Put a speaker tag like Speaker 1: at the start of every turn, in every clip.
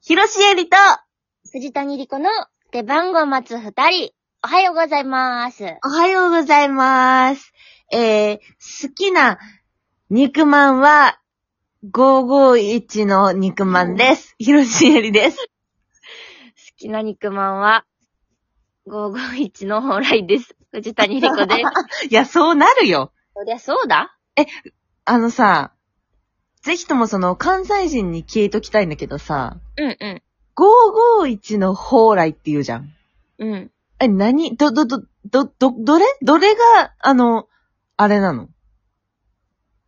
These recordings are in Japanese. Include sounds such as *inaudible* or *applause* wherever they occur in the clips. Speaker 1: ひろしえりと、
Speaker 2: 藤谷莉子の出番を待つ二人、おはようございます。
Speaker 1: おはようございます。えー、好きな肉まんは、551の肉まんです。ひろしえりです。
Speaker 2: 好きな肉まんは、551の蓬莱です。藤谷莉子です。
Speaker 1: いや、そうなるよ。
Speaker 2: *laughs* そりゃそうだ
Speaker 1: あのさ、ぜひともその関西人に聞いときたいんだけどさ、
Speaker 2: うんう
Speaker 1: 551の蓬莱って言うじゃん。
Speaker 2: ん。うん。
Speaker 1: え、何ど、ど、ど、ど、ど、どれどれが、あの、あれなの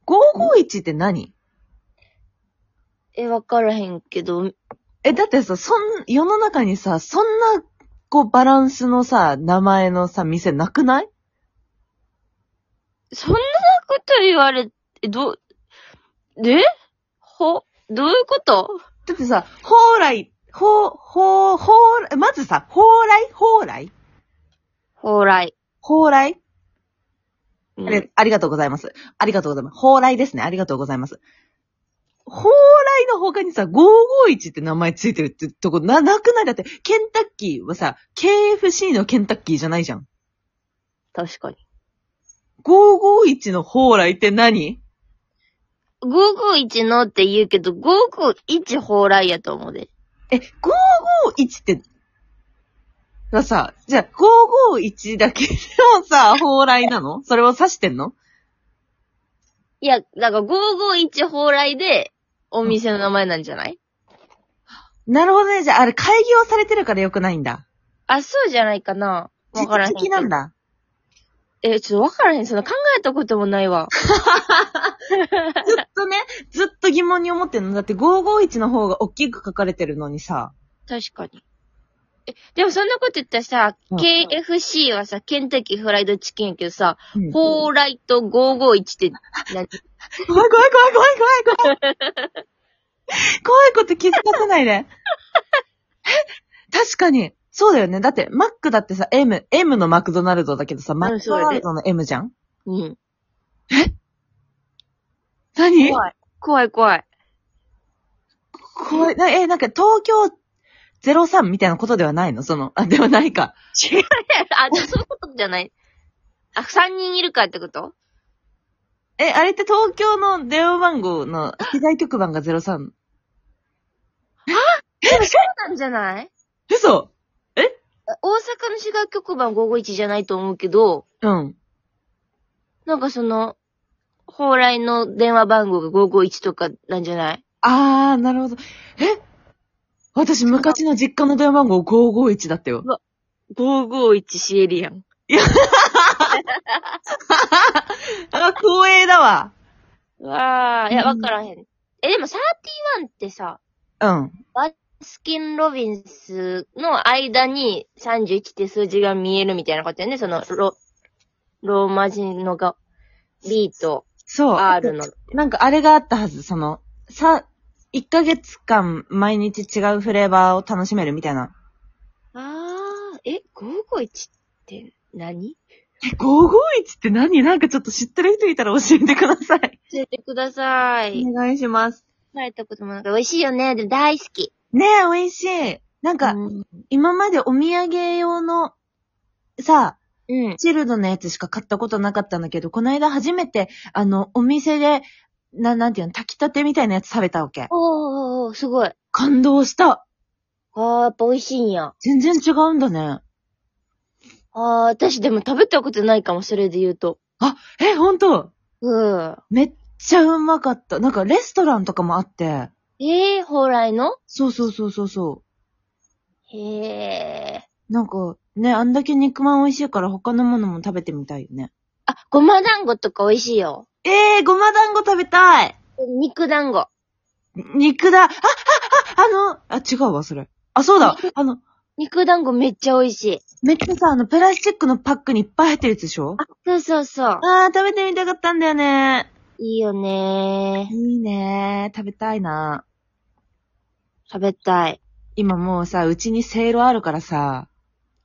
Speaker 1: ?551 って何
Speaker 2: え、わからへんけど、
Speaker 1: え、だってさ、そん、世の中にさ、そんな、こう、バランスのさ、名前のさ、店なくない
Speaker 2: そんなこと言われて、ど、えほ、どういうこと
Speaker 1: だってさ、蓬莱、ほ、ほ、ほう、まずさ、蓬莱蓬莱
Speaker 2: 蓬莱。
Speaker 1: 蓬莱
Speaker 2: うん
Speaker 1: ありありがとうございます。ありがとうございます。蓬莱ですね。ありがとうございます。蓬莱の他にさ、551って名前ついてるってとこな、なくないだって、ケンタッキーはさ、KFC のケンタッキーじゃないじゃん。
Speaker 2: 確かに。
Speaker 1: 551の蓬莱って何
Speaker 2: 551のって言うけど、551蓬莱やと思うで。
Speaker 1: え、551って、がさ、じゃあ、551だけで *laughs* もさ、蓬莱なのそれを指してんの
Speaker 2: いや、だから551蓬莱で、お店の名前なんじゃない
Speaker 1: なるほどね。じゃあ、あれ、会議をされてるからよくないんだ。
Speaker 2: あ、そうじゃないかな。わからへん。
Speaker 1: 時期なん。だ。
Speaker 2: え、ちょっとわからへん。その考えたこともないわ。
Speaker 1: ずっとね、ずっと疑問に思ってるの。だって551の方が大きく書かれてるのにさ。
Speaker 2: 確かに。え、でもそんなこと言ったらさ、
Speaker 1: うん
Speaker 2: KFC はさ、ケンタッキーフライドチキンやけどさ、
Speaker 1: うん怖い
Speaker 2: ホーライト551って何、
Speaker 1: 怖い怖い怖い怖い怖い怖い。怖いこと気づかせないで。確かに。そうだよね。だって、マックだってさ、M、M のマクドナルドだけどさ、マクドナルドの M じゃん
Speaker 2: うん。
Speaker 1: 何
Speaker 2: 怖い。怖い怖い。 *laughs*
Speaker 1: 怖い。なえ、なんか東京03みたいなことではないのその、あ、ではないか。
Speaker 2: 違うやろ。あ、じゃあそういうことじゃない。あ、3人いるかってこと
Speaker 1: え、あれって東京の電話番号の機材局番が03。
Speaker 2: そうなんじゃない
Speaker 1: 嘘
Speaker 2: 大阪の市外局番551じゃないと思うけど、
Speaker 1: うん。
Speaker 2: なんかその、蓬莱の電話番号が551とかなんじゃない
Speaker 1: あー、なるほど。え私、昔の実家の電話番号551だったよ。
Speaker 2: 551シエリアン。
Speaker 1: あ、光栄だわ。
Speaker 2: わあ、いや、
Speaker 1: う
Speaker 2: わ
Speaker 1: ん
Speaker 2: からへん。え、でも31ってさ、
Speaker 1: うん。
Speaker 2: スキンロビンスの間に31って数字が見えるみたいなことよね。その、ロ、ローマ字のが、B と
Speaker 1: そう。
Speaker 2: R の。
Speaker 1: なんかあれがあったはず、その、さ、1ヶ月間毎日違うフレーバーを楽しめるみたいな。
Speaker 2: ああ、え、551って何
Speaker 1: え、551って何なんかちょっと知ってる人いたら教えてください。
Speaker 2: 教えてくださ
Speaker 1: *laughs*
Speaker 2: い。
Speaker 1: お願いします。
Speaker 2: 食べたこともなんか美味しいよね。で大好き。
Speaker 1: ねえ、美味しい。なんか、
Speaker 2: うん。
Speaker 1: 今までお土産用の、さ、
Speaker 2: うん。
Speaker 1: チルドのやつしか買ったことなかったんだけど、この間初めて、あの、お店で、な、なんていうの、炊きたてみたいなやつ食べたわけ。
Speaker 2: おーおーおー、すごい。
Speaker 1: 感動した。
Speaker 2: あー、やっぱ美味しいんや。
Speaker 1: 全然違うんだね。
Speaker 2: あー、私でも食べたことないかも、それで言うと。
Speaker 1: あ、え、ほんと
Speaker 2: うん。
Speaker 1: めっちゃうまかった。なんかレストランとかもあって。
Speaker 2: えー、蓬莱の
Speaker 1: そうそうそうそうそ
Speaker 2: へー。
Speaker 1: う。なんか、ね、あんだけ肉まん美味しいから他のものも食べてみたいよね。
Speaker 2: あ、ごま団子とか美味しいよ。
Speaker 1: えー、ごま団子食べたい
Speaker 2: 肉団子。
Speaker 1: 肉だあ、あ、あ、あの、あ、違うわ、それ。あ、そう *laughs* だあの、
Speaker 2: 肉団子めっちゃ美味しい。
Speaker 1: めっちゃさ、あの、プラスチックのパックにいっぱい入ってるやつでしょ
Speaker 2: あ、そうそうそう。
Speaker 1: あー、食べてみたかったんだよね。
Speaker 2: いいよねー。
Speaker 1: いいねー。食べたいな。
Speaker 2: 食べたい。
Speaker 1: 今もうさ、うちにせいろあるからさ、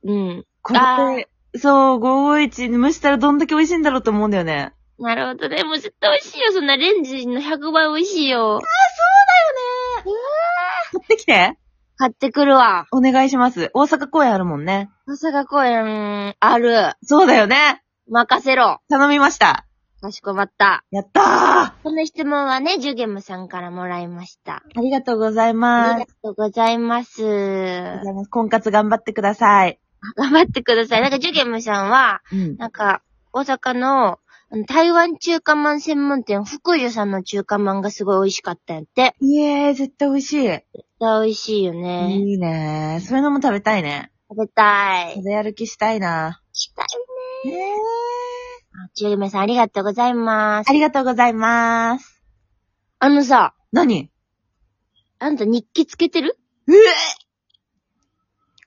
Speaker 2: うん。
Speaker 1: これって、そう、551蒸したらどんだけ美味しいんだろうと思うんだよね。
Speaker 2: なるほどね。もう絶対美味しいよ。そんなレンジの100倍美味しいよ。
Speaker 1: 取ってきて。
Speaker 2: 買ってくるわ。
Speaker 1: お願いします。大阪公演あるもんね。
Speaker 2: 大阪公園、ある。
Speaker 1: そうだよね。
Speaker 2: 任せろ。
Speaker 1: 頼みました。
Speaker 2: かしこまった。
Speaker 1: やったーあ
Speaker 2: この質問はね、ジュゲムさんからもらいました。
Speaker 1: りがとうござい
Speaker 2: あ
Speaker 1: ま
Speaker 2: り
Speaker 1: す
Speaker 2: が。とうございま
Speaker 1: ありがとうご
Speaker 2: す。
Speaker 1: ざいます婚活頑張ってください。
Speaker 2: 頑張ってください。なんか、ジュゲムさんは、
Speaker 1: うん。
Speaker 2: なんか、大阪の、あの台湾中華まん専門店、福寿さんの中華まんがすごい美味しかったんやって。
Speaker 1: いえー、絶対美味しい。
Speaker 2: 絶対美味しいよね。
Speaker 1: いいねそういうのも食べたいね。
Speaker 2: 食べたい
Speaker 1: 食。べ歩きしたいな
Speaker 2: したい
Speaker 1: ねえ。
Speaker 2: あジュゲムさんありがとうございます。
Speaker 1: ありがとうございます。
Speaker 2: あのさ、
Speaker 1: 何
Speaker 2: あんた日記つけてる
Speaker 1: うえ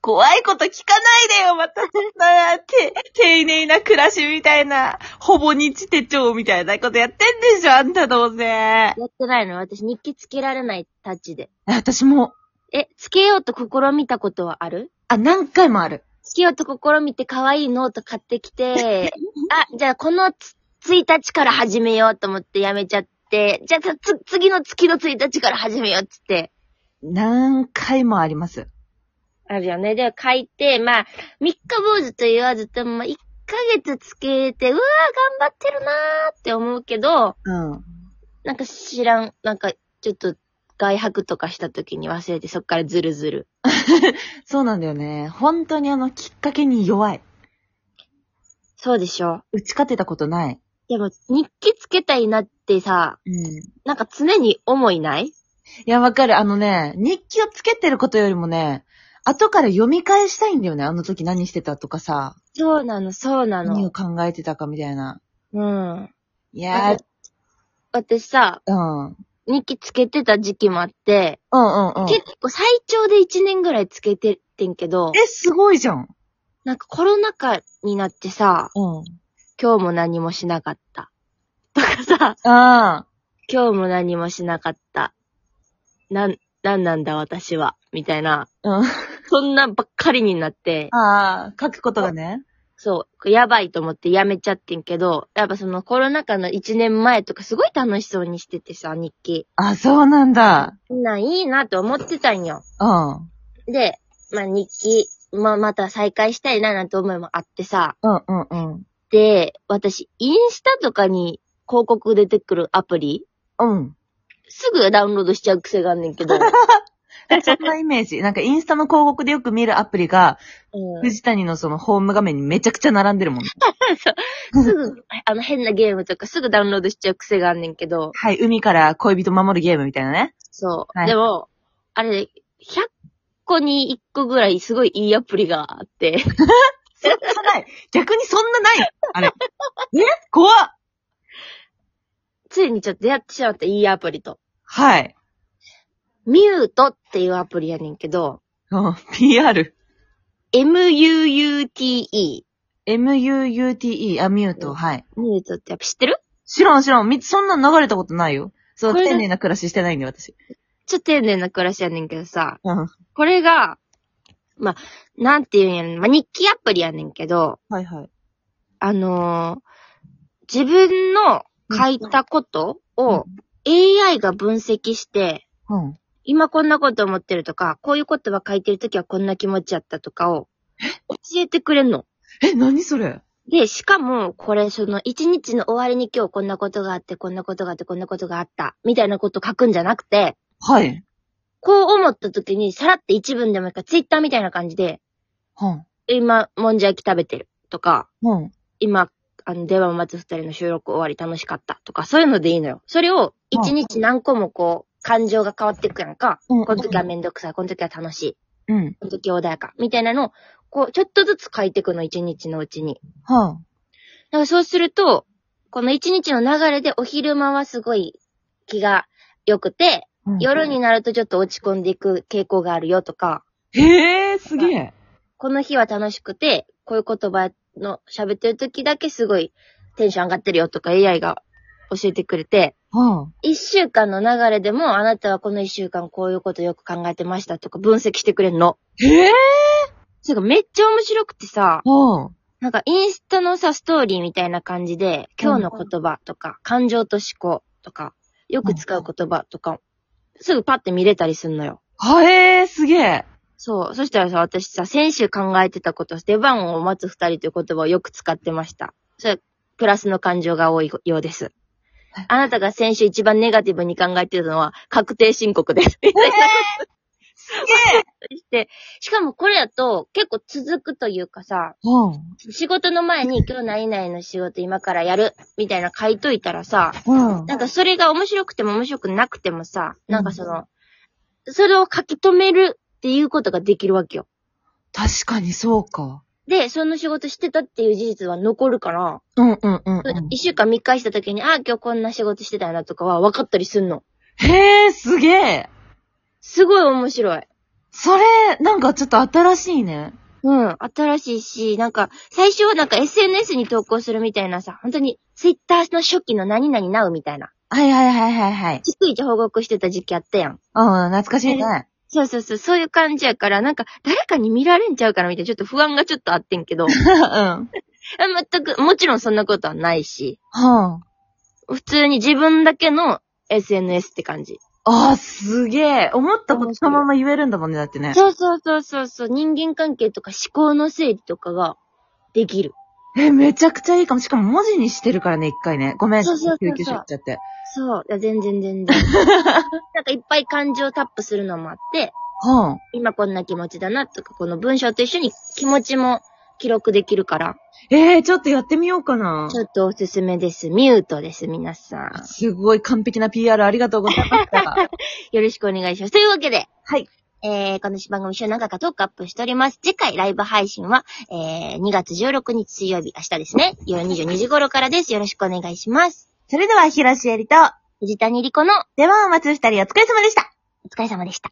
Speaker 1: 怖いこと聞かないでよ、また。そんな、て、丁寧な暮らしみたいな、ほぼ日手帳みたいなことやってんでしょ、あんたどうせ。
Speaker 2: やってないの私日記つけられないタッチで。
Speaker 1: 私も、
Speaker 2: え、つけようと試みたことはある
Speaker 1: あ、何回もある。
Speaker 2: つけようと試みて可愛いノート買ってきて、あ、じゃあこのつ1日から始めようと思ってやめちゃって、じゃあさつ次の月の1日から始めようっつって。
Speaker 1: 何回もあります。
Speaker 2: あるよね。で、書いて、まあ、三日坊主と言わずとも、まあ一ヶ月つけて、うわー頑張ってるなーって思うけど、
Speaker 1: うん。
Speaker 2: なんか知らん、なんかちょっと外泊とかした時に忘れて、そっからズルズル。
Speaker 1: そうなんだよね。本当にあの、きっかけに弱い。
Speaker 2: そうでしょ
Speaker 1: 打ち勝てたことない。
Speaker 2: でも、日記つけたいなってさ、
Speaker 1: うん。
Speaker 2: なんか常に思いない
Speaker 1: いや、わかる。あのね、日記をつけてることよりもね、後から読み返したいんだよね。あの時何してたとかさ、
Speaker 2: そうなの、そうな
Speaker 1: 何
Speaker 2: の
Speaker 1: を。考えてたかみたいな。
Speaker 2: うん。
Speaker 1: いやー、
Speaker 2: 私さ、
Speaker 1: うん。うん
Speaker 2: 日記つけてた時期もあって、
Speaker 1: うんうん。
Speaker 2: 結構最長で1年ぐらいつけてってんけど、
Speaker 1: え、すごいじゃん。
Speaker 2: なんかコロナ禍になってさ、
Speaker 1: うん。
Speaker 2: 今日も何もしなかった。とかさ、
Speaker 1: あ
Speaker 2: 今日も何もしなかった。なん、なんなんだ私は。みたいな。
Speaker 1: あ。うん。
Speaker 2: そんなんばっかりになって、
Speaker 1: ああ、書くことがね。
Speaker 2: そう、やばいと思ってやめちゃってんけど、やっぱそのコロナ禍の1年前とかすごい楽しそうにしててさ、日記。
Speaker 1: あ、そうなんだ。
Speaker 2: みんなんいいなと思ってたんよ。
Speaker 1: うん。うん
Speaker 2: で、まあ日記、まあまた再開したいななんて思いもあってさ、
Speaker 1: うんうん。
Speaker 2: で、私、インスタとかに広告出てくるアプリ、
Speaker 1: うん。
Speaker 2: すぐダウンロードしちゃう癖があんねんけど。
Speaker 1: そんなイメー *laughs* ジ。なんかインスタの広告でよく見るアプリが、
Speaker 2: うん
Speaker 1: 藤谷のそのホーム画面にめちゃくちゃ並んでるもん。
Speaker 2: すぐ、あの変なゲームとかすぐダウンロードしちゃう癖があんねんけど、
Speaker 1: はい、海から恋人守るゲームみたいなね。
Speaker 2: そう。
Speaker 1: はい
Speaker 2: でも、あれ、100個に1個ぐらいすごいいいアプリがあって、
Speaker 1: *laughs*
Speaker 2: *laughs*
Speaker 1: そんなない。逆にそんなない。あれ。 *laughs* え怖っ。
Speaker 2: ついにちょっと出会ってしまったいいアプリと。
Speaker 1: はい。
Speaker 2: ミュートっていうアプリやねんけど、
Speaker 1: うん、PR。
Speaker 2: M-U-U-T-E。
Speaker 1: MUUTE、あ、ミュー
Speaker 2: うん
Speaker 1: ト、はい。
Speaker 2: ミュートってやっぱ知ってる
Speaker 1: 知らん知らん。み、そんなん流れたことないよ。そう、
Speaker 2: これ
Speaker 1: 丁
Speaker 2: だ
Speaker 1: 寧な暮らししてないんで、私。
Speaker 2: ちょっと丁寧な暮らしやねんけどさ、
Speaker 1: うん。
Speaker 2: これが、まあ、なんていうんやろ、まあ、日記アプリやねんけど、
Speaker 1: はいはい。
Speaker 2: あのー自分の書いたことを AI が分析して、
Speaker 1: うん。
Speaker 2: 今こんなこと思ってるとか、こういう言葉書いてるときはこんな気持ちやったとかを教えてくれんの。
Speaker 1: え、何それ
Speaker 2: で、しかも、これ、その、一日の終わりに今日こんなことがあって、こんなことがあって、こんなことがあった、みたいなこと書くんじゃなくて、
Speaker 1: はい。
Speaker 2: こう思った時に、さらって一文でもいいから、ツイッターみたいな感じで、
Speaker 1: うん。
Speaker 2: 今、もんじゃ焼き食べてる、とか、
Speaker 1: うん。
Speaker 2: 今、あの、電話を待つ二人の収録終わり楽しかったとか、そういうのでいいのよ。それを、一日何個もこう、感情が変わっていくやんか。
Speaker 1: うん
Speaker 2: この時はめんどくさい、この時は楽しい、
Speaker 1: うん。
Speaker 2: この時は穏やか、みたいなのを、こう、ちょっとずつ書いていくの、一日のうちに。
Speaker 1: は
Speaker 2: だからそうすると、この一日の流れでお昼間はすごい気が良くて、
Speaker 1: あうん
Speaker 2: 夜に。なるとちょっと落ち込んでいく傾向があるよとか、
Speaker 1: へえ、すげえ。
Speaker 2: この日は楽しくて、こういう言葉の喋ってる時だけすごいテンション上がってるよとか AI が教えてくれて、
Speaker 1: は
Speaker 2: 一週間の流れでもあなたはこの一週間こういうことよく考えてましたとか分析してくれんの。
Speaker 1: へえ。
Speaker 2: それがめっちゃ面白くてさ、
Speaker 1: は
Speaker 2: なんかインスタのさ、ストーリーみたいな感じで、今日の言葉とか、感情と思考とか、よく使う言葉とか、すぐパッて見れたりすんのよ。
Speaker 1: はえー、すげえ。
Speaker 2: そう。そしたらさ、私さ、先週考えてたこと、出番を待つ二人という言葉をよく使ってました。それ、プラスの感情が多いようです。あなたが先週一番ネガティブに考えてたのは、確定申告です。みたいなこと *laughs* して、しかもこれだと、結構続くというかさ、
Speaker 1: うん。
Speaker 2: 仕事の前に今日何々の仕事今からやる、みたいな書いといたらさ、
Speaker 1: うん。
Speaker 2: なんかそれが面白くても面白くなくてもさ、なんかその、それを書き留めるっていうことができるわけよ。
Speaker 1: 確かにそうか。
Speaker 2: で、その仕事してたっていう事実は残るから、
Speaker 1: うんうんうん、
Speaker 2: 一、
Speaker 1: うん。
Speaker 2: 週間見返した時に、ああ、今日こんな仕事してたよなとかは分かったりすんの。
Speaker 1: へえ、すげえ。
Speaker 2: すごい面白い。
Speaker 1: それ、なんかちょっと新しいね。
Speaker 2: うん、新しいし、なんか、最初はなんか SNS に投稿するみたいなさ、本当に Twitter の初期の何々なうみたいな。
Speaker 1: はいはいはいはいはい。
Speaker 2: 逐一報告してた時期あったやん。
Speaker 1: うん、懐かしいね。
Speaker 2: そうそうそう、そういう感じやから、なんか誰かに見られんちゃうからみたいな、ちょっと不安がちょっとあってんけ *laughs* ど、
Speaker 1: *laughs* うん。うん。
Speaker 2: 全く、もちろんそんなことはないし、普通に自分だけの SNS って感じ。
Speaker 1: ああ、すげえ。思ったことそのまま言えるんだもんね、だってね。
Speaker 2: そうそうそうそうそう、人間関係とか思考の整理とかができる。
Speaker 1: え、めちゃくちゃいいかも。しかも文字にしてるからね、一回ね。ごめん、
Speaker 2: そうそうそうそう
Speaker 1: 救急車行っちゃって。
Speaker 2: そう、いや全然 *laughs* 全然。なんかいっぱい感情をタップするのもあって、
Speaker 1: うん。
Speaker 2: 今こんな気持ちだなとか、この文章と一緒に気持ちも記録できるから、
Speaker 1: えー、ちょっとやってみようかな
Speaker 2: ち。ょっとおすすめです。ミュートです、皆さん。
Speaker 1: すごい完璧な PR ありがとうございました。
Speaker 2: よろしくお願いします。というわけで、
Speaker 1: はい。
Speaker 2: えー、この番組週何回かトークアップしております。次回ライブ配信は、えー、2月16日水曜日、明日ですね。夜22時頃からです。よろしくお願いします。
Speaker 1: それでは、広ロシエリと、
Speaker 2: 藤谷莉子の
Speaker 1: 出番を待つ二人お疲れ様でした。
Speaker 2: お疲れ様でした。